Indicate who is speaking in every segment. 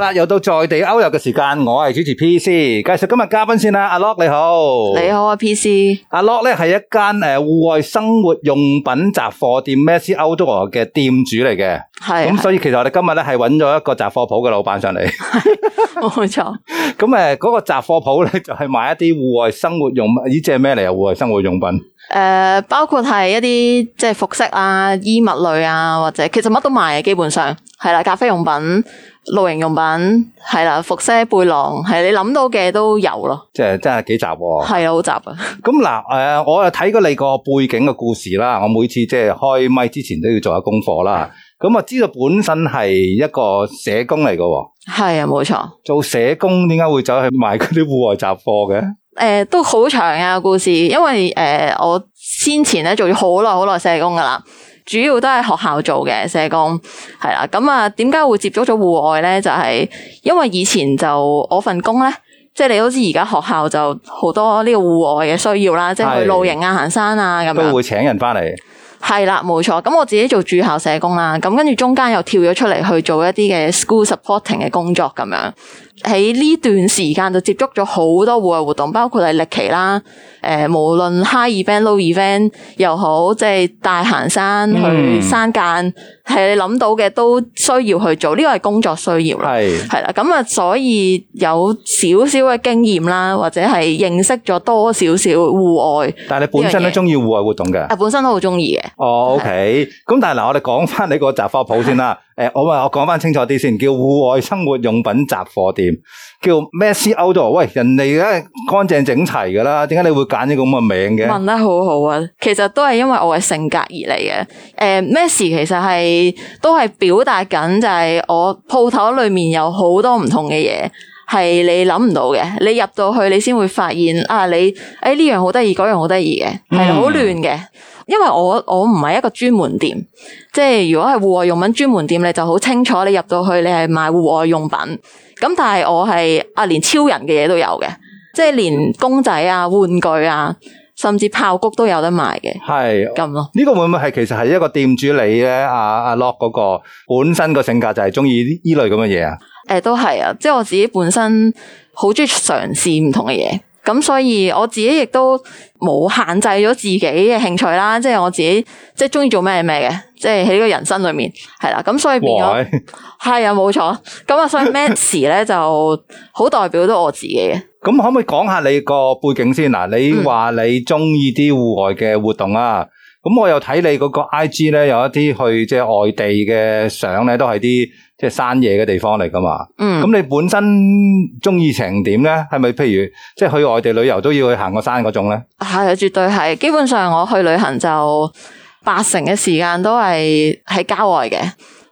Speaker 1: 啦，又到在地歐遊嘅時間，我係主持 P C，介紹今日嘉賓先啦，阿 Lock 你好，
Speaker 2: 你好啊，PC，
Speaker 1: 阿 Lock 咧係一間誒戶外生活用品雜貨店 Messy Outdoor 嘅店主嚟嘅，咁
Speaker 2: 係
Speaker 1: 所以其實我哋今日咧係揾咗一個雜貨鋪嘅老闆上 嚟，
Speaker 2: 冇錯，
Speaker 1: 咁誒嗰個雜貨鋪咧就係賣一啲戶外生活用品，咦，即係咩嚟啊？戶外生活用品
Speaker 2: 诶，包括係一啲即係服飾啊、衣物類啊，或者其實乜都賣嘅，基本上係啦，咖啡用品、露營用品係啦，服飾、背囊係你諗到嘅都有咯，
Speaker 1: 即係真係幾雜喎。
Speaker 2: 係啊，好雜啊，
Speaker 1: 咁嗱，誒、我又睇過你個背景嘅故事啦。我每次即係開咪之前都要做下功課啦。咁啊我知道本身係一個社工嚟嘅喎，
Speaker 2: 係啊，冇錯。
Speaker 1: 做社工點解會走去賣嗰啲户外雜貨嘅？
Speaker 2: 诶、都好長啊故事，因為诶、我先前咧做咗好耐好耐社工噶啦，主要都係學校做嘅社工，係啦。咁啊，點解會接觸咗户外咧？就係因為以前就我份工咧，即係你好似而家學校就好多呢個户外嘅需要啦，即係
Speaker 1: 係
Speaker 2: 去露營啊、行山啊咁
Speaker 1: 都
Speaker 2: 樣。
Speaker 1: 會請人翻嚟，
Speaker 2: 係啦，冇錯。咁我自己做駐校社工啦，咁跟住中間又跳咗出嚟去做一啲嘅 school supporting 嘅工作咁樣。喺呢段時間就接觸咗好多戶外活動，包括係歷奇啦，誒、無論 high event、low event 又好，即係大行山、
Speaker 1: 嗯
Speaker 2: 去山間，係你諗到嘅都需要去做，呢個係工作需要啦。
Speaker 1: 係
Speaker 2: 係啦，咁啊，所以有少少嘅經驗啦，或者係認識咗多少少戶外，
Speaker 1: 但係你本身
Speaker 2: 呢
Speaker 1: 都
Speaker 2: 樣嘢
Speaker 1: 中意戶外活動嘅。
Speaker 2: 啊本身都好中意嘅。
Speaker 1: 哦，OK。咁但係嗱，我哋講翻你個雜貨鋪先 啦。誒、我話我講翻清楚啲先，叫戶外生活用品雜貨店，叫 Messy Outdoor。喂，人哋而家乾淨整齊㗎啦，點解你會揀呢個咁嘅名嘅？
Speaker 2: 問得好好啊！其實都係因為我嘅性格而嚟嘅。誒、咩事其實係都係表達緊，就係我鋪頭裏面有好多唔同嘅嘢。係你諗唔到嘅，你入到去你先會發現啊！你誒呢樣好得意，嗰樣好得意嘅，係好亂嘅。因為我我唔係一個專門店，即係如果係戶外用品專門店，你就好清楚你入到去你係賣戶外用品。咁但係我係啊，連超人嘅嘢都有嘅，即係連公仔啊、玩具啊，甚至炮谷都有得賣嘅
Speaker 1: 係
Speaker 2: 咁咯。
Speaker 1: 呢個會唔會係其實係一個店主你咧？阿阿 Lock 嗰個本身個性格就係中意呢類咁嘅嘢啊？
Speaker 2: 誒、都係啊，即係我自己本身好中意嘗試唔同嘅嘢，咁所以我自己亦都冇限制咗自己嘅興趣啦，即係我自己即係中意做咩係咩嘅，即係喺呢個人生裏面係啦，咁所以變咗
Speaker 1: 哇！
Speaker 2: 係啊，冇錯，咁啊，所以 Max 咧就好代表到我自己嘅。
Speaker 1: 咁可唔可以講下你個背景先嗱？你話你中意啲戶外嘅活動啊？咁我又睇你嗰個 I G 咧，有一啲去即係外地嘅相咧，都係啲即係山野嘅地方嚟噶嘛。
Speaker 2: 嗯
Speaker 1: 咁、，你本身中意成點咧？係咪譬如即係去外地旅遊都要去行個山嗰種咧？
Speaker 2: 係啊，絕對係。基本上我去旅行就八成嘅時間都係喺郊外嘅。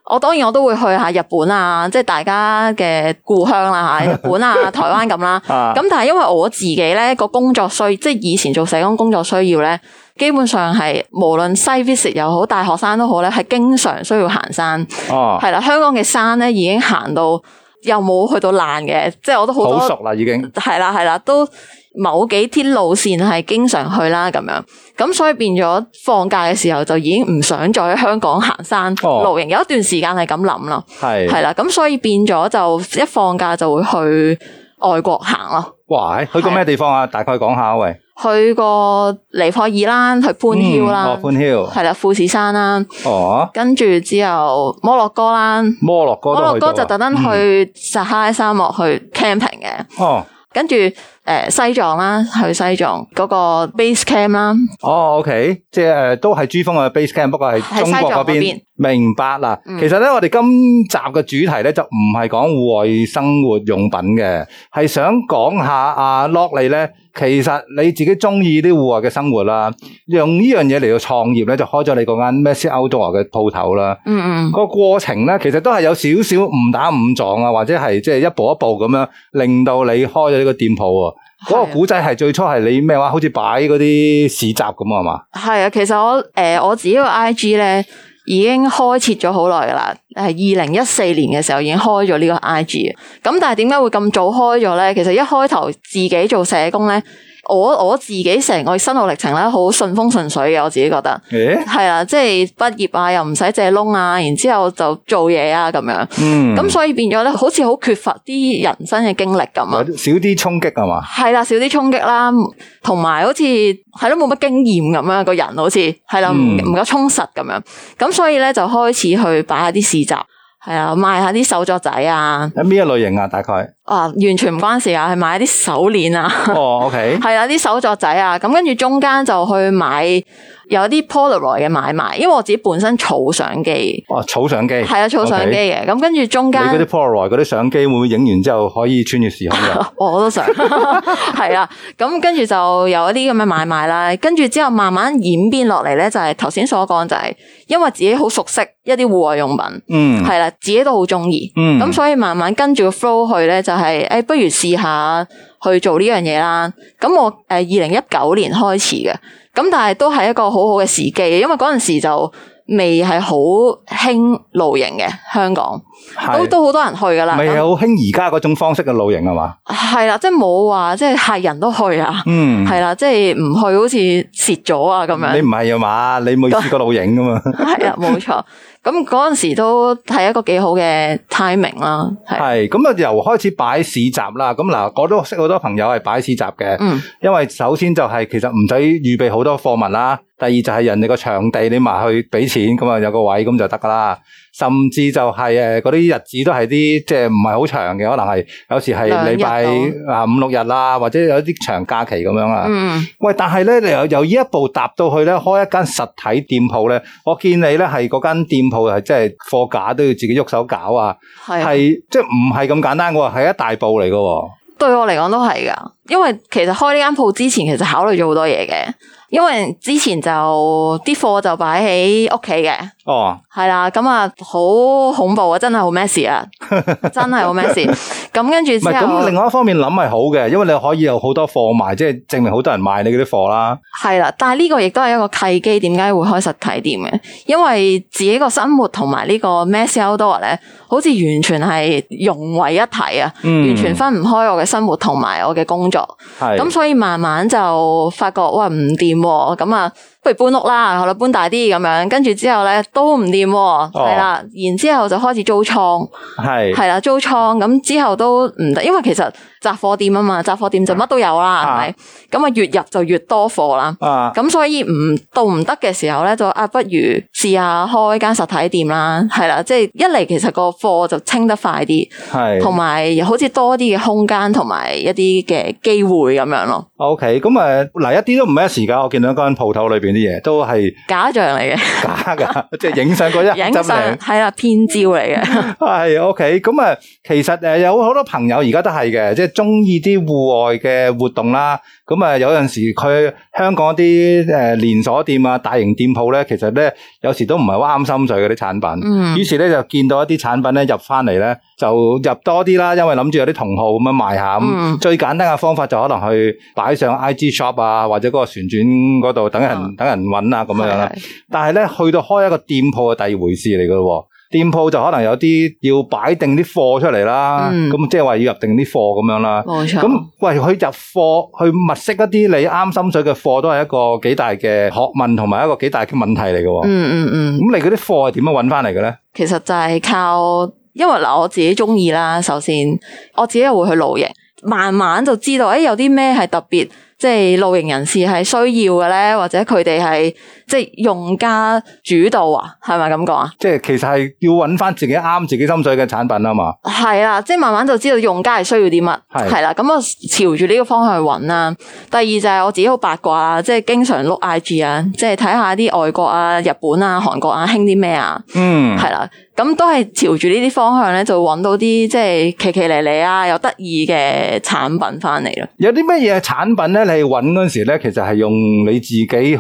Speaker 2: 我當然我都會去下日本啊，即係大家嘅故鄉啦 嚇，日本啊、台灣咁啦。
Speaker 1: 啊，
Speaker 2: 咁但係因為我自己咧個工作需，即係以前做社工工作需要咧，基本上係無論西 visit 又好，大學生都好咧，係經常需要行山。
Speaker 1: 哦，
Speaker 2: 係啦，香港嘅山咧已經行到又冇去到爛嘅，即係我都好
Speaker 1: 好
Speaker 2: 多
Speaker 1: 熟啦已經。
Speaker 2: 係啦係啦，都某幾天路線係經常去啦咁樣，咁所以變咗放假嘅時候就已經唔想再喺香港行山
Speaker 1: 哦
Speaker 2: 露營，有一段時間係咁諗啦，
Speaker 1: 係。
Speaker 2: 係啦，咁所以變咗就一放假就會去外國行咯。
Speaker 1: 哇！去過咩地方啊？大概講下喂。
Speaker 2: 去過尼泊爾啦，去潘丘
Speaker 1: 嗯
Speaker 2: 啦
Speaker 1: 哦，，潘丘。
Speaker 2: 係啦、富士山啦，
Speaker 1: 哦，
Speaker 2: 跟住之後摩洛哥啦，
Speaker 1: 摩洛哥
Speaker 2: 摩
Speaker 1: 都
Speaker 2: 洛
Speaker 1: 去到
Speaker 2: 哥
Speaker 1: 啊
Speaker 2: 就特登去撒哈拉沙漠去 camping 嘅，
Speaker 1: 哦，
Speaker 2: 跟住誒西藏啦，去西藏嗰個 base camp 啦，
Speaker 1: 哦，OK，即系诶，都係珠峰嘅 base camp，不過係中國嗰
Speaker 2: 係西
Speaker 1: 邊
Speaker 2: 藏嗰。
Speaker 1: 明白啦。
Speaker 2: 嗯
Speaker 1: 其實咧，我哋今集嘅主題咧就唔係講户外生活用品嘅，係想講下阿 Lock 你咧，其實你自己中意啲户外嘅生活啦，用呢樣嘢嚟到創業咧，就開咗你嗰間 Messy Outdoor 嘅鋪頭啦。
Speaker 2: 嗯嗯，
Speaker 1: 個過程咧，其實都係有少少誤打誤撞啊，或者係即係一步一步咁樣，令到你開咗呢個店鋪喎。嗰、個
Speaker 2: 係啊
Speaker 1: 古仔係最初係你咩話，好似擺嗰啲市集咁啊嘛。
Speaker 2: 係啊，其實我誒、呃我自己個 IG 咧已經開設咗好耐噶啦，係二零一四年嘅時候已經開咗呢個 IG 嘅咁但係點解會咁早開咗咧？其實一開頭自己做社工咧，我我自己成個生活歷程咧，好順風順水嘅，我自己覺得
Speaker 1: 诶，
Speaker 2: 係啊，即係畢業啊，又唔使借窿啊，然之後就做嘢啊咁樣。
Speaker 1: 嗯，
Speaker 2: 咁、所以變咗咧，好似好缺乏啲人生嘅經歷咁啊
Speaker 1: 有。啲少啲衝擊係啊嘛？
Speaker 2: 係啦，少啲衝擊啦，同埋好似係咯冇乜經驗咁樣，個人好似係啦，唔
Speaker 1: 嗯
Speaker 2: 唔夠充實咁樣。咁所以咧就開始去擺下啲市集，係啊，賣下啲手作仔啊，
Speaker 1: 咁邊一類型啊？大 概
Speaker 2: 啊完全唔關事啊，係買啲手鏈啊。
Speaker 1: 哦，OK，
Speaker 2: 係啦，啲手作仔啊，咁跟住中間就去買有啲 Polaroid 嘅買賣，因為我自己本身儲相機，
Speaker 1: 哦，草相機，
Speaker 2: 係啊儲相機
Speaker 1: OK。
Speaker 2: 嘅，咁跟住中
Speaker 1: 你
Speaker 2: 間
Speaker 1: 嗰啲 Polaroid 嗰啲相機會唔會影完之後可以穿越時空 㗎？
Speaker 2: 我都想，係啦，咁跟住就有一啲咁嘅買賣啦，跟住之後慢慢演變落嚟咧，就係頭先所講就係因為自己好熟悉一啲户外用品，
Speaker 1: 嗯，
Speaker 2: 係啦、自己都好中意，
Speaker 1: 嗯，
Speaker 2: 咁所以慢慢跟住個 flow 去咧，就係、誒，不如試下去做呢樣嘢啦。咁我誒二零一九年開始嘅，咁但係都係一個好好嘅時機，因為嗰陣時就未係好興露營嘅香港，
Speaker 1: 係
Speaker 2: 都啊都好多人去噶啦。
Speaker 1: 咪
Speaker 2: 咁
Speaker 1: 好興而家嗰種方式嘅露營係啊嘛？
Speaker 2: 係啦，即係冇話即係係人都去啊，
Speaker 1: 嗯，
Speaker 2: 係啦，即係唔去好似蝕咗啊咁
Speaker 1: 你
Speaker 2: 樣。
Speaker 1: 唔係啊嘛？你冇試過露營㗎嘛？
Speaker 2: 係 啦，冇錯。咁嗰陣時都係一個幾好嘅 timing 啦，係
Speaker 1: 係咁啊，由開始擺市集啦。咁嗱，我都識好多朋友係擺市集嘅。
Speaker 2: 嗯
Speaker 1: 因為首先就係其實唔使預備好多貨物啦，第二就係人哋個場地你埋去俾錢咁啊有個位咁就得噶啦，甚至就係誒嗰啲日子都係啲即係唔係好長嘅，可能係有時係禮拜
Speaker 2: 兩
Speaker 1: 啊五六日啦，或者有啲長假期咁樣啊。
Speaker 2: 嗯。
Speaker 1: 喂，但係咧，你由由呢一步踏到去咧，開一間實體店鋪咧，我見你咧係嗰間店鋪係即係貨架都要自己喐手搞啊，
Speaker 2: 係啊
Speaker 1: 係即係唔係咁簡單嘅喎，係一大步嚟嘅喎。
Speaker 2: 對我嚟講都係噶，因為其實開呢間鋪之前，其實考慮咗好多嘢嘅，因為之前就啲貨就擺喺屋企嘅，
Speaker 1: 哦，
Speaker 2: 係啦，咁啊好恐怖啊，真係好 mess 啊，真係好 mess。咁跟住
Speaker 1: 唔係
Speaker 2: 之
Speaker 1: 咁，另
Speaker 2: 後
Speaker 1: 外一方面諗係好嘅，因為你可以有好多貨賣，即係證明好多人買你嗰啲貨啦。
Speaker 2: 係啦，但係呢個亦都係一個契機，點解會開實體店嘅？因為自己個生活同埋呢個 mess outdoor 咧，好似完全係融為一體啊，
Speaker 1: 嗯
Speaker 2: 完全分唔開我嘅生活同埋我嘅工作。
Speaker 1: 係
Speaker 2: 咁所以慢慢就發覺哇唔掂喎，咁啊不如搬屋啦，好啦搬大啲咁樣，跟住之後咧都唔掂
Speaker 1: 哦
Speaker 2: 喎，係啦，然之後就開始租倉，
Speaker 1: 係
Speaker 2: 係啦租倉，咁之後都唔得，因為其實雜貨店啊嘛，雜貨店就乜都有啦，係
Speaker 1: 啊
Speaker 2: 咪？咁啊越入就越多貨啦。
Speaker 1: 啊，
Speaker 2: 咁所以唔到唔得嘅時候咧，就啊不如試下開間實體店啦，係啦，即係一嚟其實個貨就清得快啲，同
Speaker 1: 係
Speaker 2: 埋好似多啲嘅空間同埋一啲嘅機會咁樣咯。
Speaker 1: OK。咁誒嗱，一啲都唔咩時間，我見到間鋪頭裏邊啲嘢都係
Speaker 2: 假象嚟嘅，
Speaker 1: 假㗎， 即係影相嗰一
Speaker 2: 影
Speaker 1: 執
Speaker 2: 相
Speaker 1: 靚。
Speaker 2: 係啦，偏招嚟嘅，
Speaker 1: 係 OK，咁啊，其實誒有好多朋友而家都係嘅，即係中意啲户外嘅活動啦。咁啊，有陣時佢香港啲誒連鎖店啊、大型店鋪咧，其實咧有時都唔係好啱心水嗰啲產品。
Speaker 2: 嗯
Speaker 1: 於是咧就見到一啲產品咧入翻嚟咧就入多啲啦，因為諗住有啲同號咁樣賣下咁。
Speaker 2: 嗯
Speaker 1: 最簡單嘅方法就可能去擺上 IG shop 啊，或者嗰個旋轉嗰度等人、
Speaker 2: 嗯
Speaker 1: 等人揾啊咁樣啦。
Speaker 2: 係係
Speaker 1: 但係咧，去到開一個店鋪係第二回事嚟嘅喎。店鋪就可能有啲要擺定啲貨出嚟啦，
Speaker 2: 嗯啊
Speaker 1: 咁、即係話要入定啲貨咁樣啦。
Speaker 2: 冇錯。
Speaker 1: 咁哦喂，佢入貨去物色一啲你啱心水嘅貨，都係一個幾大嘅學問同埋一個幾大嘅問題嚟嘅喎。咁、
Speaker 2: 嗯嗯嗯，
Speaker 1: 你嗰啲貨係點樣揾翻嚟嘅咧？
Speaker 2: 其實就係靠，因為嗱我自己中意啦，首先我自己又會去露營，慢慢就知道誒、有啲咩係特別。即係露營人士係需要嘅咧，或者佢哋係即係用家主導啊，係咪咁講啊？
Speaker 1: 即係其實係要揾翻自己啱自己心水嘅產品啊嘛。
Speaker 2: 係啦，即係慢慢就知道用家係需要啲乜，
Speaker 1: 係
Speaker 2: 係啦，咁我朝住呢個方向去揾啦。第二就係我自己好八卦啦，即係經常碌 I G 啊，即係睇下啲外國啊、日本啊、韓國啊興啲咩啊，
Speaker 1: 嗯，
Speaker 2: 係啦，咁都係朝住呢啲方向咧，就揾到啲即係奇奇離離啊，又得意嘅產品翻嚟咯。
Speaker 1: 有啲乜嘢產品咧？你揾嗰陣時咧，其實係用你自己去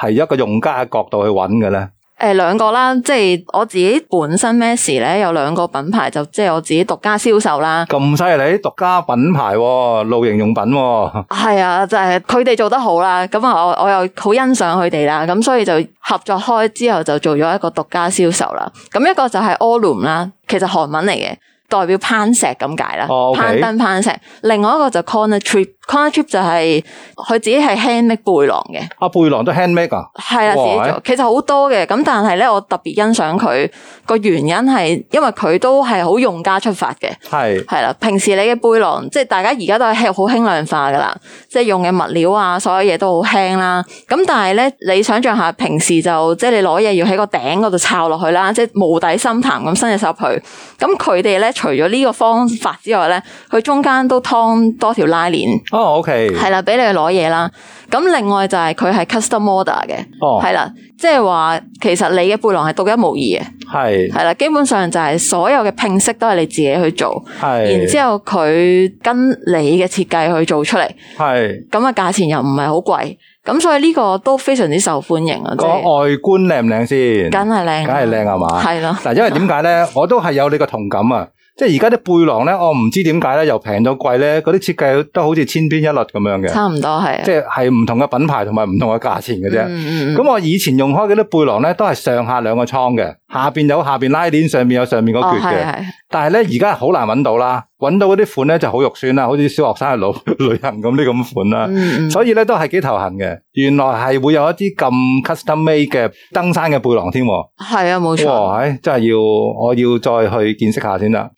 Speaker 1: 係一個用家嘅角度去揾嘅咧。
Speaker 2: 誒兩個啦，即係我自己本身 m e s s 咧有兩個品牌，就即係我自己獨家銷售啦。
Speaker 1: 咁犀利，獨家品牌、喎，露營用品、喎，
Speaker 2: 係啊，就係佢哋做得好啦，咁啊我我又好欣賞佢哋啦，咁所以就合作開之後就做咗一個獨家銷售啦。咁一個就係 Allum 啦，其實韓文嚟嘅，代表攀石咁解啦，
Speaker 1: 哦，OK
Speaker 2: 攀登攀石。另外一個就 corner trip，corner trip 就係佢自己係 handmade 背囊嘅，
Speaker 1: 阿背囊都 handmade 啊，
Speaker 2: 係啦，自
Speaker 1: 哇
Speaker 2: 己做。其實好多嘅，咁但係咧，我特別欣賞佢個原因係因為佢都係好用家出發嘅。
Speaker 1: 係
Speaker 2: 係啦，平時你嘅背囊，即係大家而家都係好輕量化噶啦，即係用嘅物料啊，所有嘢都好輕啦。咁但係咧，你想象下，平時就即係你攞嘢要喺個頂嗰度抄落去啦，即係無底深潭咁伸隻手入去。咁佢哋咧，除咗呢個方法之外咧，佢中間都劏多條拉鏈，
Speaker 1: 哦，OK，
Speaker 2: 係啦，俾你去攞嘢啦。咁另外就係佢係 custom order 嘅，
Speaker 1: 哦，
Speaker 2: 係啦，即係話其實你嘅背囊係獨一無二嘅，
Speaker 1: 係
Speaker 2: 係啦，基本上就係所有嘅拼色都係你自己去做。
Speaker 1: 係，
Speaker 2: 然之後佢跟你嘅設計去做出嚟，
Speaker 1: 係
Speaker 2: 咁啊價錢又唔係好貴，咁啊所以呢個都非常之受歡迎啊！即
Speaker 1: 個
Speaker 2: 係
Speaker 1: 外觀靚唔靚先？
Speaker 2: 梗係
Speaker 1: 哦
Speaker 2: 靚，啊
Speaker 1: 梗係靚係嘛？
Speaker 2: 係啦，
Speaker 1: 嗱，因為點解咧？我都係有你個同感啊！即係而家啲背囊咧，我唔知點解咧，由平到貴咧，嗰啲設計都好似千篇一律咁樣嘅，
Speaker 2: 差唔多係啊。
Speaker 1: 即係係唔同嘅品牌同埋唔同嘅價錢嘅啫。
Speaker 2: 嗯嗯嗯
Speaker 1: 咁我以前用開嗰啲背囊咧，都係上下兩個倉嘅，下邊有下邊拉鏈，上面有上面嗰
Speaker 2: 哦
Speaker 1: 橛
Speaker 2: 係
Speaker 1: 嘅。啊
Speaker 2: 係
Speaker 1: 但係咧，而家好難揾到啦，揾到嗰啲款咧就好肉酸啦，好似小學生去 旅旅行咁呢咁款啦。
Speaker 2: 嗯嗯
Speaker 1: 所以咧都係幾頭痕嘅，原來係會有一啲咁 custom made 嘅登山嘅背囊添喎。
Speaker 2: 係啊冇錯，
Speaker 1: 哇！唉真係要我要再去見識下先啦。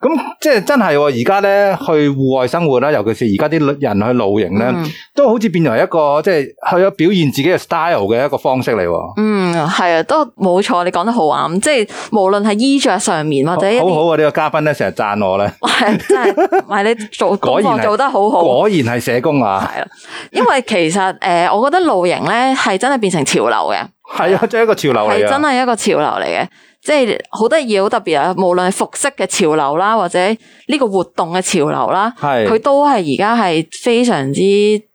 Speaker 1: 咁即係真係喎，而家咧去戶外生活啦，尤其是而家啲人去露營咧，
Speaker 2: 嗯
Speaker 1: 都好似變為一個即係去咗表現自己嘅 style 嘅一個方式嚟喎。
Speaker 2: 嗯係啊都冇錯，你講得好啱，即係無論係衣着上面或者一
Speaker 1: 好好
Speaker 2: 啲
Speaker 1: 啊！呢、個嘉賓咧成日讚我咧，
Speaker 2: 係真 係，唔係你做
Speaker 1: 果
Speaker 2: 工
Speaker 1: 然
Speaker 2: 作
Speaker 1: 係
Speaker 2: 做得好好。
Speaker 1: 果然係社工 啊，
Speaker 2: 係啦，因為其實诶、呃我覺得露營咧係真係變成潮流嘅。
Speaker 1: 係啊，即係一個潮流
Speaker 2: 係
Speaker 1: 嚟
Speaker 2: 真
Speaker 1: 啊。
Speaker 2: 係一個潮流嚟嘅，即係好得意、好特別啊！無論係服飾嘅潮流啦，或者呢個活動嘅潮流啦，
Speaker 1: 係
Speaker 2: 佢都係而家係非常之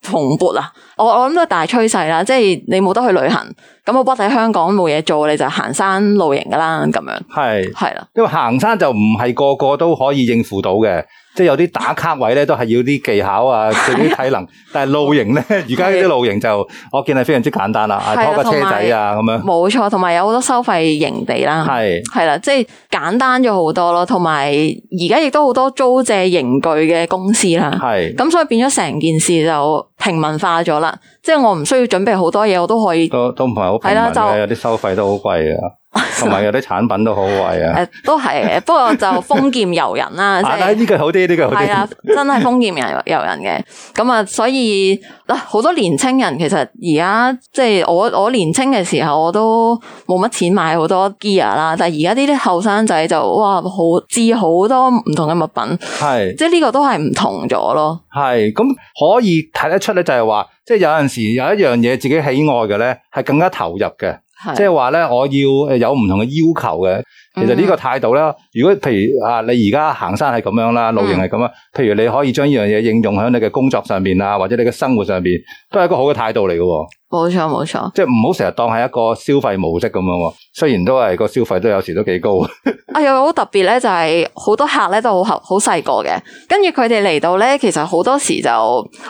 Speaker 2: 蓬勃啊！我我諗都係大趨勢啦，即係你冇得去旅行，咁我屈喺香港冇嘢做，你就行山露營噶啦，咁樣
Speaker 1: 係，
Speaker 2: 係啦，
Speaker 1: 因為行山就唔係個個都可以應付到嘅，即係有啲打卡位咧都係要啲技巧 啊，佢啲體能。但係露營咧，而家啲露營就我見係非常之簡單啦，啊
Speaker 2: 係啊
Speaker 1: 拖個車仔啊咁樣，
Speaker 2: 冇錯，同埋啊有好多收費營地啦。
Speaker 1: 係
Speaker 2: 係啦，即係簡單咗好多咯，同埋而家亦都好多租借營具嘅公司啦。
Speaker 1: 係
Speaker 2: 咁所以變咗成件事就平民化咗啦，即係我唔需要準備好多嘢，我都可 以
Speaker 1: 都都唔係好平民
Speaker 2: 係啦
Speaker 1: 嘅，
Speaker 2: 就
Speaker 1: 有啲收費都好貴 啊，同埋有啲產品都好貴啊。
Speaker 2: 诶、都係嘅。不過就封劍遊人 啦，即
Speaker 1: 啊，但係
Speaker 2: 係
Speaker 1: 呢個好啲，呢個好
Speaker 2: 係啦
Speaker 1: 啲，，
Speaker 2: 真係封劍遊遊人嘅。咁啊，所以啊好多年青人其實而家即係我我年青嘅時候，我都冇乜錢買好多 gear 啦，但係而家呢啲後生仔就哇好置好多唔同嘅物品，
Speaker 1: 係。
Speaker 2: 即係呢個都係唔同咗咯。
Speaker 1: 系咁可以睇得出咧，就係話，即係有阵时有一樣嘢自己喜愛嘅咧，係更加投入嘅。
Speaker 2: 係嗯
Speaker 1: 即係話咧，我要诶有唔同嘅要求嘅。其實呢個態度咧，如果譬如啊，你而家行山係咁樣
Speaker 2: 嗯
Speaker 1: 啦，露營係咁啊，譬如你可以將呢樣嘢應用喺你嘅工作上面啊，或者你嘅生活上面，都係一個好嘅態度嚟嘅喎。
Speaker 2: 冇錯冇錯。
Speaker 1: 即係唔好成日當係一個消費模式咁樣喎。雖然都係個消費都有時都幾高。
Speaker 2: 啊，又好特別咧，就係、好多客咧都好後好細個嘅，跟住佢哋嚟到咧，其實好多時就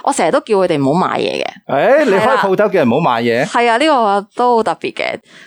Speaker 2: 我成日都叫佢哋唔好買嘢嘅，
Speaker 1: 诶、你開鋪頭叫人唔好買嘢，
Speaker 2: 係啊，呢、個都好特別嘅，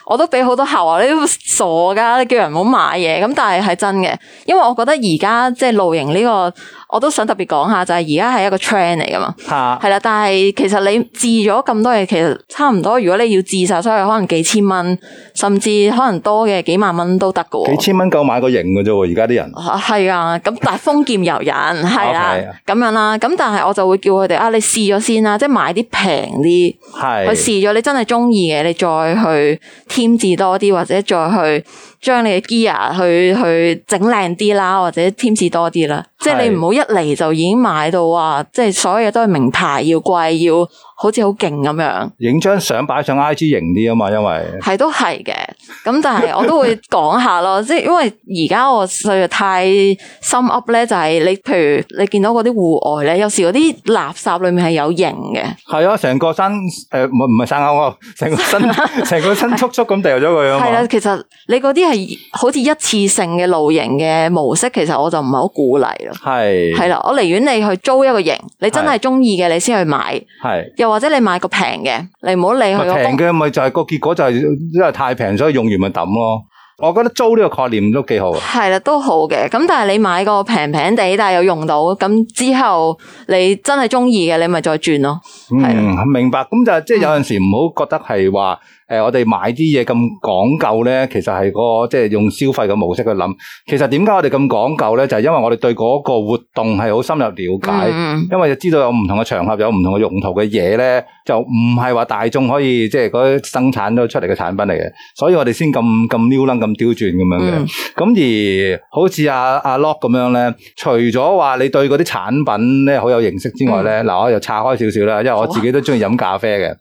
Speaker 2: 我都俾好多客話你都傻噶，你叫人唔好買嘢，咁但係係真嘅，因為我覺得而家即係露營呢、個，我都想特別講下，就係而家係一個 trend 嚟噶嘛。
Speaker 1: 吓
Speaker 2: 係啦，但係其實你置咗咁多嘢，其實差唔多。如果你要置晒，所以可能幾千蚊，甚至可能多嘅幾萬蚊都得噶喎。
Speaker 1: 幾千蚊夠買個營嘅啫喎，而家啲人。
Speaker 2: 啊係啊，咁但係封劍遊人係啦
Speaker 1: 啊 OK，
Speaker 2: 咁樣啦，咁但係我就會叫佢哋啊，你試咗先啦，即係買啲平啲，去
Speaker 1: 係
Speaker 2: 試咗，你真係中意嘅，你再去添置多啲，或者再去將你嘅 gear 去去整靚啲啦，或者添置多啲啦，即係
Speaker 1: 係
Speaker 2: 你唔好一嚟就已經買到話，即係所有嘢都係名牌，要貴，要好似好勁咁樣。
Speaker 1: 影張相擺上 I G 型啲啊嘛，因為
Speaker 2: 係都係嘅，咁但係我都會講下咯， 即係因為而家我實在太心噏咧，就係你譬如你見到嗰啲戶外咧，有時嗰啲垃圾裏面係有型嘅，
Speaker 1: 係啊，成個身诶唔係唔係生勾勾， 成個身成個身速速咁掉咗佢啊
Speaker 2: 係啦，
Speaker 1: 嘛，
Speaker 2: 其實你嗰啲係好似一次性嘅露營嘅模式，其實我就唔係好鼓勵咯。
Speaker 1: 係
Speaker 2: 係啦，我寧願你去租一個營，你真嗯係中意嘅你先去買，
Speaker 1: 係
Speaker 2: 又或者你買個啊平嘅，你唔好理佢
Speaker 1: 咪
Speaker 2: 個
Speaker 1: 平嘅咪就係個結果就係因為太平，所以用完咪抌咯。我覺得租呢個概念都幾好啊。
Speaker 2: 系啦，都好嘅。咁但系你買個平平地，但系有用到，咁之後你真係中意嘅，你咪再轉咯。係
Speaker 1: 嗯，明白。咁就即係有阵時唔好覺得係話诶，誒我哋買啲嘢咁講究咧，其實係個即係用消費嘅模式去諗。其實點解我哋咁講究咧？就係因為我哋對嗰個活動係好深入了解。
Speaker 2: 嗯，
Speaker 1: 因為知道有唔同嘅場合有唔同嘅用途嘅嘢咧，就唔係話大眾可以即係嗰啲生產咗出嚟嘅產品嚟嘅，所以我哋先咁咁撩楞咁刁鑽咁樣嘅
Speaker 2: 嗯。
Speaker 1: 咁、而好似阿阿 Lock 咁樣咧，除咗話你對嗰啲產品咧好有認識之外
Speaker 2: 嗯
Speaker 1: 咧，嗱、我又岔開少少啦，因為我自己都中意飲咖啡嘅。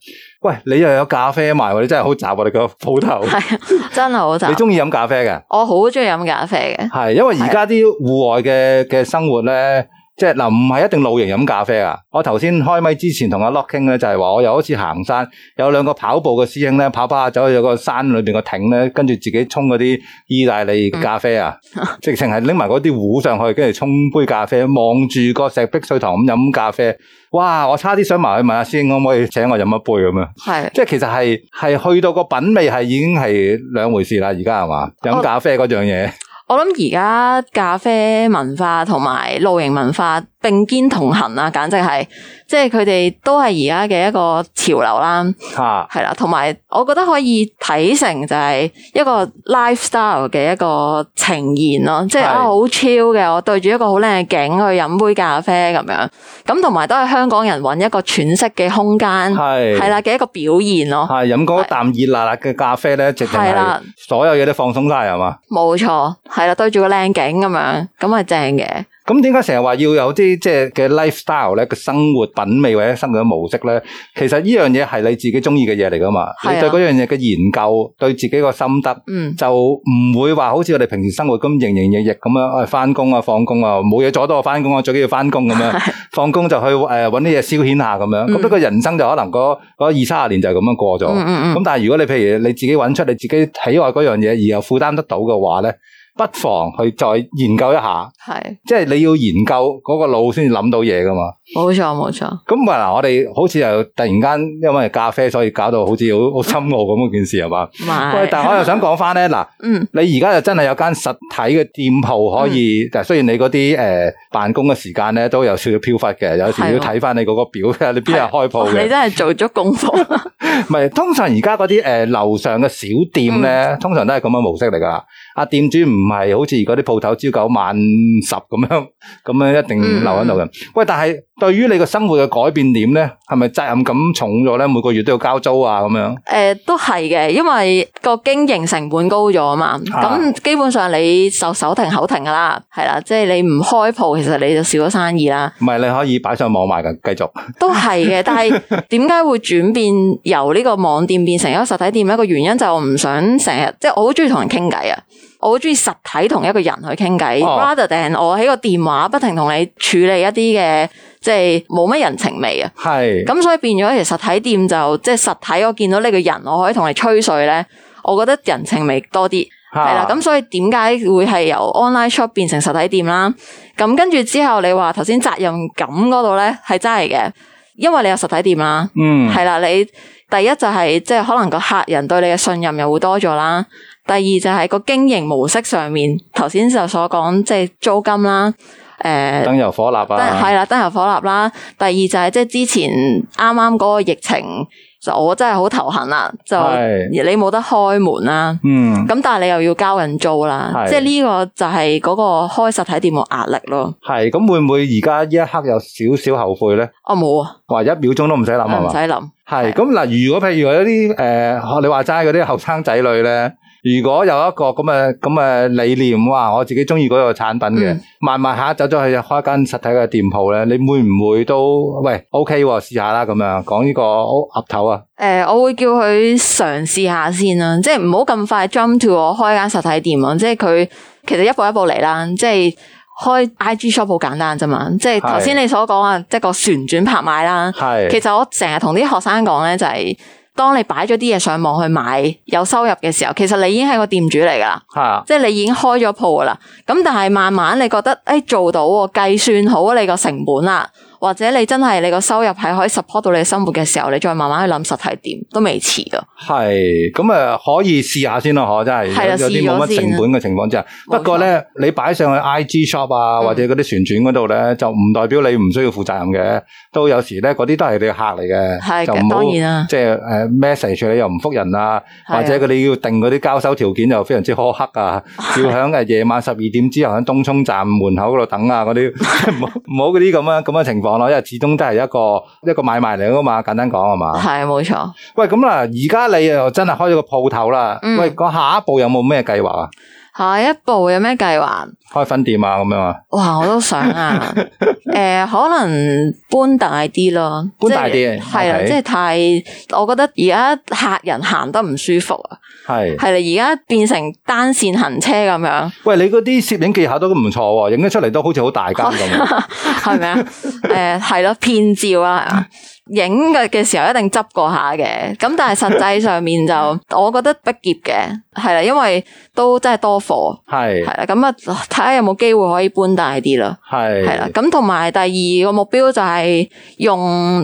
Speaker 1: 喂，你又有咖啡賣喎，你真係好雜我哋個鋪頭。
Speaker 2: 嗯真係好
Speaker 1: 你
Speaker 2: 雜。
Speaker 1: 中意飲咖啡嘅？
Speaker 2: 我好中意飲咖啡嘅，
Speaker 1: 係，因為而家啲户外嘅嘅生活咧，即係嗱，唔係一定露營飲咖啡啊。我頭先開咪之前同阿 Lock 傾咧，就係話我有一次行山，有兩個跑步嘅師兄咧，跑跑下走去有個山裏邊個艇咧，跟住自己沖嗰啲意大利咖啡啊，直情係拎埋嗰啲壺上去，跟住沖杯咖啡，望住個石壁水塘咁飲咖啡。哇！我差啲想埋去問下師兄可唔可以請我飲一杯咁樣。
Speaker 2: 係
Speaker 1: 即係其實係係去到個品味係已經係兩回事啦，而家係嘛？飲咖啡嗰樣嘢。
Speaker 2: 我諗而家咖啡文化同埋露營文化並肩同行啊，簡直係，即係佢哋都係而家嘅一個潮流啦。
Speaker 1: 吓
Speaker 2: 係啦，同埋我覺得可以睇成就係一個 lifestyle 嘅一個呈現咯，即係
Speaker 1: 係
Speaker 2: 啊好 chill 嘅，我對住一個好靚嘅景去飲杯咖啡咁樣，咁同埋都係香港人揾一個喘息嘅空間，
Speaker 1: 係
Speaker 2: 係啦嘅一個表現咯，
Speaker 1: 係飲嗰啖熱辣辣嘅咖啡咧，直情
Speaker 2: 係
Speaker 1: 係
Speaker 2: 啦
Speaker 1: 所有嘢都放鬆晒係嘛？
Speaker 2: 冇錯，係啦，對住個靚景咁樣，咁係正嘅。
Speaker 1: 咁點解成日話要有啲即係嘅 lifestyle 咧，個生活品味或者生活模式咧？其實呢樣嘢係你自己中意嘅嘢嚟噶嘛？
Speaker 2: 係啊
Speaker 1: 你對嗰樣嘢嘅研究，對自己個心得。
Speaker 2: 嗯，
Speaker 1: 就唔會話好似我哋平時生活咁營營役役咁樣，誒翻工啊放工啊，冇嘢阻到我翻工啊，最緊要翻工咁樣，放工就去誒揾啲嘢消遣下咁樣。咁
Speaker 2: 嗯
Speaker 1: 不過人生就可能嗰嗰二三十年就係咁樣過咗。
Speaker 2: 嗯嗯
Speaker 1: 咁
Speaker 2: 嗯，
Speaker 1: 但係如果你譬如你自己揾出你自己喜愛嗰樣嘢，而又負擔得到嘅話咧，不妨去再研究一下。
Speaker 2: 係
Speaker 1: 即係你要研究嗰個路先至諗到嘢噶嘛。
Speaker 2: 冇錯冇錯，
Speaker 1: 咁咪嗱，我哋好似又突然間因為咖啡，所以搞到好似好 好深奧咁嗰件事係嘛？
Speaker 2: 唔
Speaker 1: 喂，但
Speaker 2: 係，
Speaker 1: 係我又想講翻咧，嗱，
Speaker 2: 嗯
Speaker 1: 你而家就真係有間實體嘅店鋪可以，但係雖然你嗰啲誒辦公嘅時間咧都有少少飄忽嘅，有時
Speaker 2: 係喎啊
Speaker 1: 要睇翻你嗰個表， 你邊日開鋪
Speaker 2: 哇
Speaker 1: 嘅
Speaker 2: 你真。係做足功課，
Speaker 1: 唔係，通常而家嗰啲誒樓上嘅小店咧，通常都係咁嘅模式嚟噶。阿店主唔係好似嗰啲鋪頭朝九晚十咁樣， 咁樣一定留喺度嘅。喂，但係對於你個生活嘅改變點咧，係咪責任感重咗咧？每個月都要交租啊，咁樣。
Speaker 2: 誒、呃都係嘅，因為個經營成本高咗啊嘛，咁、
Speaker 1: 啊
Speaker 2: 基本上你就手停口停噶啦，係啦，即係你唔開鋪，其實你就少咗生 意啦，
Speaker 1: 唔係，你可以擺上網賣嘅，繼續。
Speaker 2: 都係嘅。但 係點解會轉變由呢個網店變成一個實體店？一個原因就係我唔想成日，即係我好中意同人傾偈啊，我好中意實體同一個人去傾偈、
Speaker 1: 哦
Speaker 2: r a t h e r than 我喺個電話不停同你處理一啲嘅，即係冇乜人情味啊。
Speaker 1: 係。
Speaker 2: 咁所以變咗，其實實體店就即係實體，我見到呢個人，我可以同你吹水咧，我覺得人情味多啲，
Speaker 1: 嚇
Speaker 2: 係啦。咁所以點解會係由 online shop 變成實體店啦？咁跟住之後，你話頭先責任感嗰度咧係真係嘅，因為你有實體店啦，
Speaker 1: 嗯，
Speaker 2: 係啦、你第一就係、即係可能個客人對你嘅信任又會多咗啦。第二就係個經營模式上面，頭先就所講即係租金啦，誒、
Speaker 1: 燈油火蠟
Speaker 2: 燈係
Speaker 1: 啊，
Speaker 2: 啦，燈油火蠟啦。第二就係即係之前啱啱嗰個疫情，就我真係好頭痕啦，就
Speaker 1: 係
Speaker 2: 你冇得開門啦。
Speaker 1: 嗯，
Speaker 2: 咁但係你又要交人租啦，
Speaker 1: 係
Speaker 2: 即係呢個就係嗰個開實體店嘅壓力咯。
Speaker 1: 係。咁會唔會而家呢一刻有少少後悔咧？
Speaker 2: 我冇啊，
Speaker 1: 話一秒鐘都唔使諗啊係
Speaker 2: 唔
Speaker 1: 嘛
Speaker 2: 使？諗，
Speaker 1: 系咁嗱，如果譬如有啲诶，學你話齋嗰啲後生仔女咧，如果有一個咁嘅咁嘅理念，哇！我自己中意嗰個產品嘅
Speaker 2: 嗯，
Speaker 1: 慢慢下走咗去開間實體嘅店鋪咧，你會唔會都喂 OK 喎？試下啦咁樣講呢個哦鴨頭啊，
Speaker 2: 诶、我會叫佢嘗試下先啦，即係唔好咁快 jump to 我開間實體店啊！即係佢其實一步一步嚟啦，即係開 IG shop 好簡單啫嘛。即係
Speaker 1: 係
Speaker 2: 頭先你所講啊，即係個旋轉拍賣啦，
Speaker 1: 係
Speaker 2: 其實我成日同啲學生講咧，就係、當你擺咗啲嘢上網去買有收入嘅時候，其實你已經係個店主嚟㗎啦，
Speaker 1: 吓
Speaker 2: 即係你已經開咗鋪㗎啦。咁但係慢慢你覺得誒、哎做到喎，計算好你個成本啦，或者你真係你個收入係可以 support 到你嘅生活嘅時候，你再慢慢去諗實體點都未遲噶。
Speaker 1: 系咁啊，可以試下先咯，嗬，真
Speaker 2: 係啦啊
Speaker 1: 係有有啲
Speaker 2: 試咗
Speaker 1: 冇乜成本嘅情況之下。
Speaker 2: 冇錯
Speaker 1: 不過咧，你擺上去 I G shop 啊，
Speaker 2: 嗯
Speaker 1: 或者嗰啲旋轉嗰度咧，就唔代表你唔需要負責任嘅。都有時咧，嗰啲都係你嘅客嚟嘅，
Speaker 2: 係
Speaker 1: 就唔好
Speaker 2: 當然啦
Speaker 1: 即係诶 message 你又唔复人啊，
Speaker 2: 係啊
Speaker 1: 或者佢哋要定嗰啲交收條件又非常之苛刻 啊，要喺诶夜晚十二點之後喺東涌站門口嗰度等啊，嗰 啲唔好唔好嗰啲咁樣咁嘅情況咯，因為始終都係一個一個買賣嚟噶嘛，簡單講係嘛。
Speaker 2: 係冇錯。
Speaker 1: 喂，咁啦，而家你又真係開咗個鋪頭啦。
Speaker 2: 嗯
Speaker 1: 喂，講下一步有冇咩計劃啊？
Speaker 2: 下一步有咩計劃？
Speaker 1: 開分店啊，咁樣啊？
Speaker 2: 哇！我都想 啊，诶、可能搬大啲咯，
Speaker 1: 搬大啲
Speaker 2: 系啊，
Speaker 1: OK
Speaker 2: 即係太，我覺得而家客人行得唔舒服啊，
Speaker 1: 係。
Speaker 2: 係啦，而家變成單線行車咁樣，
Speaker 1: 喂，你嗰啲攝影技巧都唔錯喎，影得出嚟都好似好大間咁。
Speaker 2: 係咪啊？ 诶、係咯，片照啦，影嘅嘅時候一定執過下嘅，咁但係實際上面 就，我覺得不劫嘅，係啦，因為都真係多貨， 係
Speaker 1: 係
Speaker 2: 啦，咁啊，睇下有冇機會可以搬大啲啦。
Speaker 1: 係
Speaker 2: 系啦，咁同埋第二個目標就係用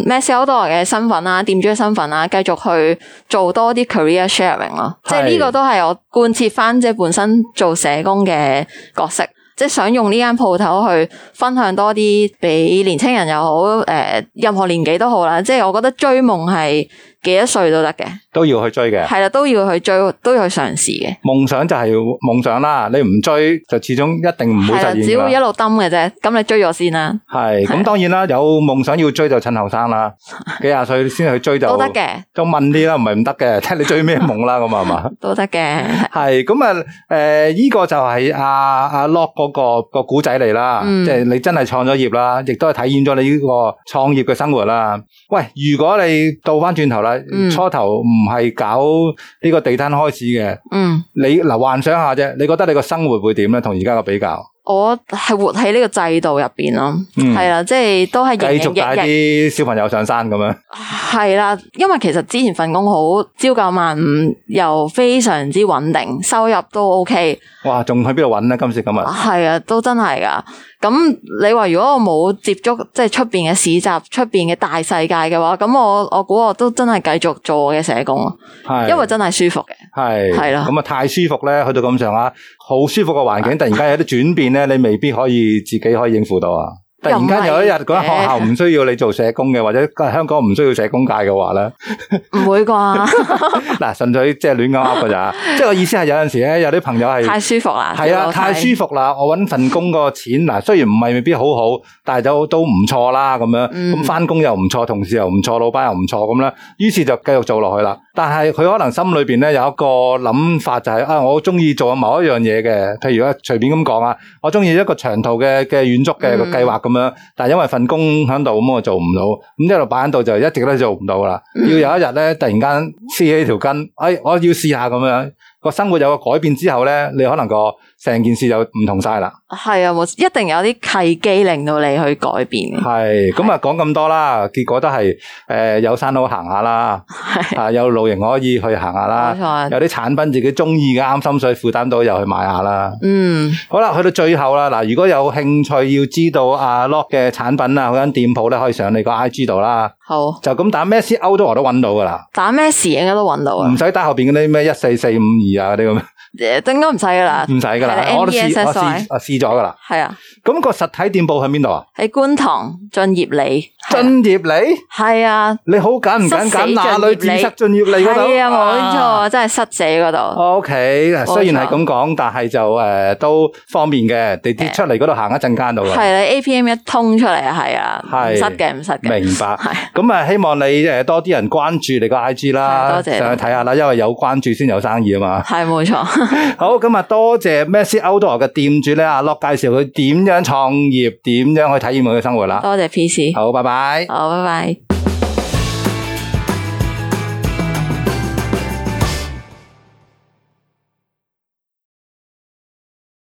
Speaker 2: m e s s o d o r 嘅身份啦、店主嘅身份啦，繼續去做多啲 career sharing 咯。即係
Speaker 1: 係
Speaker 2: 呢個都係我貫徹翻即係本身做社工嘅角色，即係想用呢間鋪頭去分享多啲俾年青人又好，诶、任何年紀都好啦。即係我覺得追夢係幾多歲都得嘅，
Speaker 1: 都要去追嘅。
Speaker 2: 係啦，都要去追，都要去嘗試嘅。
Speaker 1: 夢想就係夢想啦，你唔追就始終一定唔會
Speaker 2: 係啦，
Speaker 1: 實
Speaker 2: 只
Speaker 1: 現
Speaker 2: 要
Speaker 1: 㗎
Speaker 2: 一
Speaker 1: 啦。
Speaker 2: 路抌嘅啫，咁你追咗先啦，
Speaker 1: 係咁當然啦，有夢想要追就趁後生啦，幾廿歲先去追就
Speaker 2: 都得。嘅，
Speaker 1: 就問啲啦，唔係唔得嘅，睇你追咩夢啦，咁係嘛？
Speaker 2: 都得嘅。
Speaker 1: 系咁啊！诶、依、個就係阿阿 Lock 嗰、個个、古仔嚟啦，
Speaker 2: 嗯
Speaker 1: 即係你真係創咗業啦，亦都係體驗咗你呢個創業嘅生活啦。喂，如果你倒翻轉頭啦，
Speaker 2: 嗯
Speaker 1: 初頭唔係搞呢個地攤開始嘅，
Speaker 2: 嗯。
Speaker 1: 你嗱幻想下啫，你覺得你個生活會點咧？同而家嘅比較，
Speaker 2: 我係活喺呢個制度入边咯，
Speaker 1: 嗯
Speaker 2: 係啦、即係都係
Speaker 1: 繼
Speaker 2: 營
Speaker 1: 續帶
Speaker 2: 營役役，
Speaker 1: 啲小朋友上山咁樣，
Speaker 2: 係啦。因為其實之前份工好朝九晚五，又非常之穩定，收入都 OK，
Speaker 1: 哇！仲去邊度揾咧？今時今日
Speaker 2: 係啊，都真係噶。咁你話如果我冇接觸即係出边嘅市集、出边嘅大世界嘅話，咁我我估我都真係繼續做我嘅社工咯，
Speaker 1: 係
Speaker 2: 因為真係舒服嘅。
Speaker 1: 系
Speaker 2: 係啦啊
Speaker 1: 咁啊太舒服咧，去到咁上下，好舒服嘅環境，突然間有啲轉變咧，你未必可以自己可以應付到啊！突然間有一日
Speaker 2: 又唔係嘅
Speaker 1: 嗰間學校唔需要你做社工嘅，或者香港唔需要社工界嘅話咧，
Speaker 2: 唔會啩？
Speaker 1: 嗱純粹即係亂咁噏嘅 咋，即係我意思係有陣時咧，有啲朋友係
Speaker 2: 太舒服啦，
Speaker 1: 係啊，
Speaker 2: 我睇
Speaker 1: 太舒服啦！我揾份工個錢嗱，雖然唔係未必好好，但係就都唔錯啦咁樣。
Speaker 2: 嗯
Speaker 1: 咁翻工又唔錯，同事又唔錯，老闆又唔錯咁啦。於是就繼續做落去啦。但係佢可能心裏邊咧有一個諗法就係、啊，我中意做某一樣嘢嘅，譬如啊隨便咁講啊，我中意一個長途嘅嘅遠足嘅個
Speaker 2: 嗯
Speaker 1: 計劃咁樣，但係因為份工喺度咁我做唔到，咁一路擺喺度就一直都做唔到啦。要有一日咧，突然間黐起條筋，哎，我要試下咁樣。個生活有個改變之後咧，你可能個成件事就唔同晒啦。
Speaker 2: 係啊，冇一定有啲契機令到你去改變嘅。
Speaker 1: 係咁啊，講咁多啦，結果都係诶、誒有山路行下啦，啊有露營可以去行下
Speaker 2: 冇
Speaker 1: 啦，
Speaker 2: 錯，
Speaker 1: 有啲產品自己中意嘅啱心水，負擔到又去買下啦。
Speaker 2: 嗯。
Speaker 1: 好啦，去到最後啦，嗱，如果有興趣要知道阿 Lock 嘅產品啊，嗰間店鋪咧，可以上你個 I G 度啦，
Speaker 2: 好
Speaker 1: 就咁打 Messi Outdoor 都揾到噶啦，
Speaker 2: 打咩事應該都揾到啊
Speaker 1: 唔，使打後邊嗰啲咩一四四五二啊嗰啲咁，
Speaker 2: 誒都應該唔使噶啦，
Speaker 1: 唔使噶啦
Speaker 2: 係，啦 E
Speaker 1: 我都試
Speaker 2: NESSI
Speaker 1: 我試我試咗噶啦。
Speaker 2: 係啊，
Speaker 1: 咁、個實體店鋪喺邊度啊？
Speaker 2: 喺觀塘進業里，啊
Speaker 1: 進業你？
Speaker 2: 係啊，
Speaker 1: 你好揀唔揀
Speaker 2: 塞死
Speaker 1: 揀哪裏
Speaker 2: 進業
Speaker 1: 知
Speaker 2: 你
Speaker 1: 塞進業你嗰度？
Speaker 2: 係啊，冇錯，真係塞死嗰度，
Speaker 1: O K，雖然係
Speaker 2: 冇
Speaker 1: 咁講，但係就誒、呃都方便嘅，地鐵出嚟嗰度行一陣間到
Speaker 2: 係
Speaker 1: 啦。
Speaker 2: 啦，A P M 一通出嚟啊，係啊，
Speaker 1: 啊係
Speaker 2: 唔塞嘅，唔塞嘅，
Speaker 1: 明白。
Speaker 2: 係
Speaker 1: 咁啊，希望你誒多啲人關注你個 I G 啦，
Speaker 2: 係多謝
Speaker 1: 上去睇下啦，因為有關注先有生意啊嘛。
Speaker 2: 係冇錯，
Speaker 1: 好，咁啊，多謝 Messi Outdoor 嘅店主咧，阿 Lock 介紹佢點樣創業，點樣去體驗佢嘅生活啦。
Speaker 2: 多謝 P C，
Speaker 1: 好，拜拜。
Speaker 2: 好，拜拜。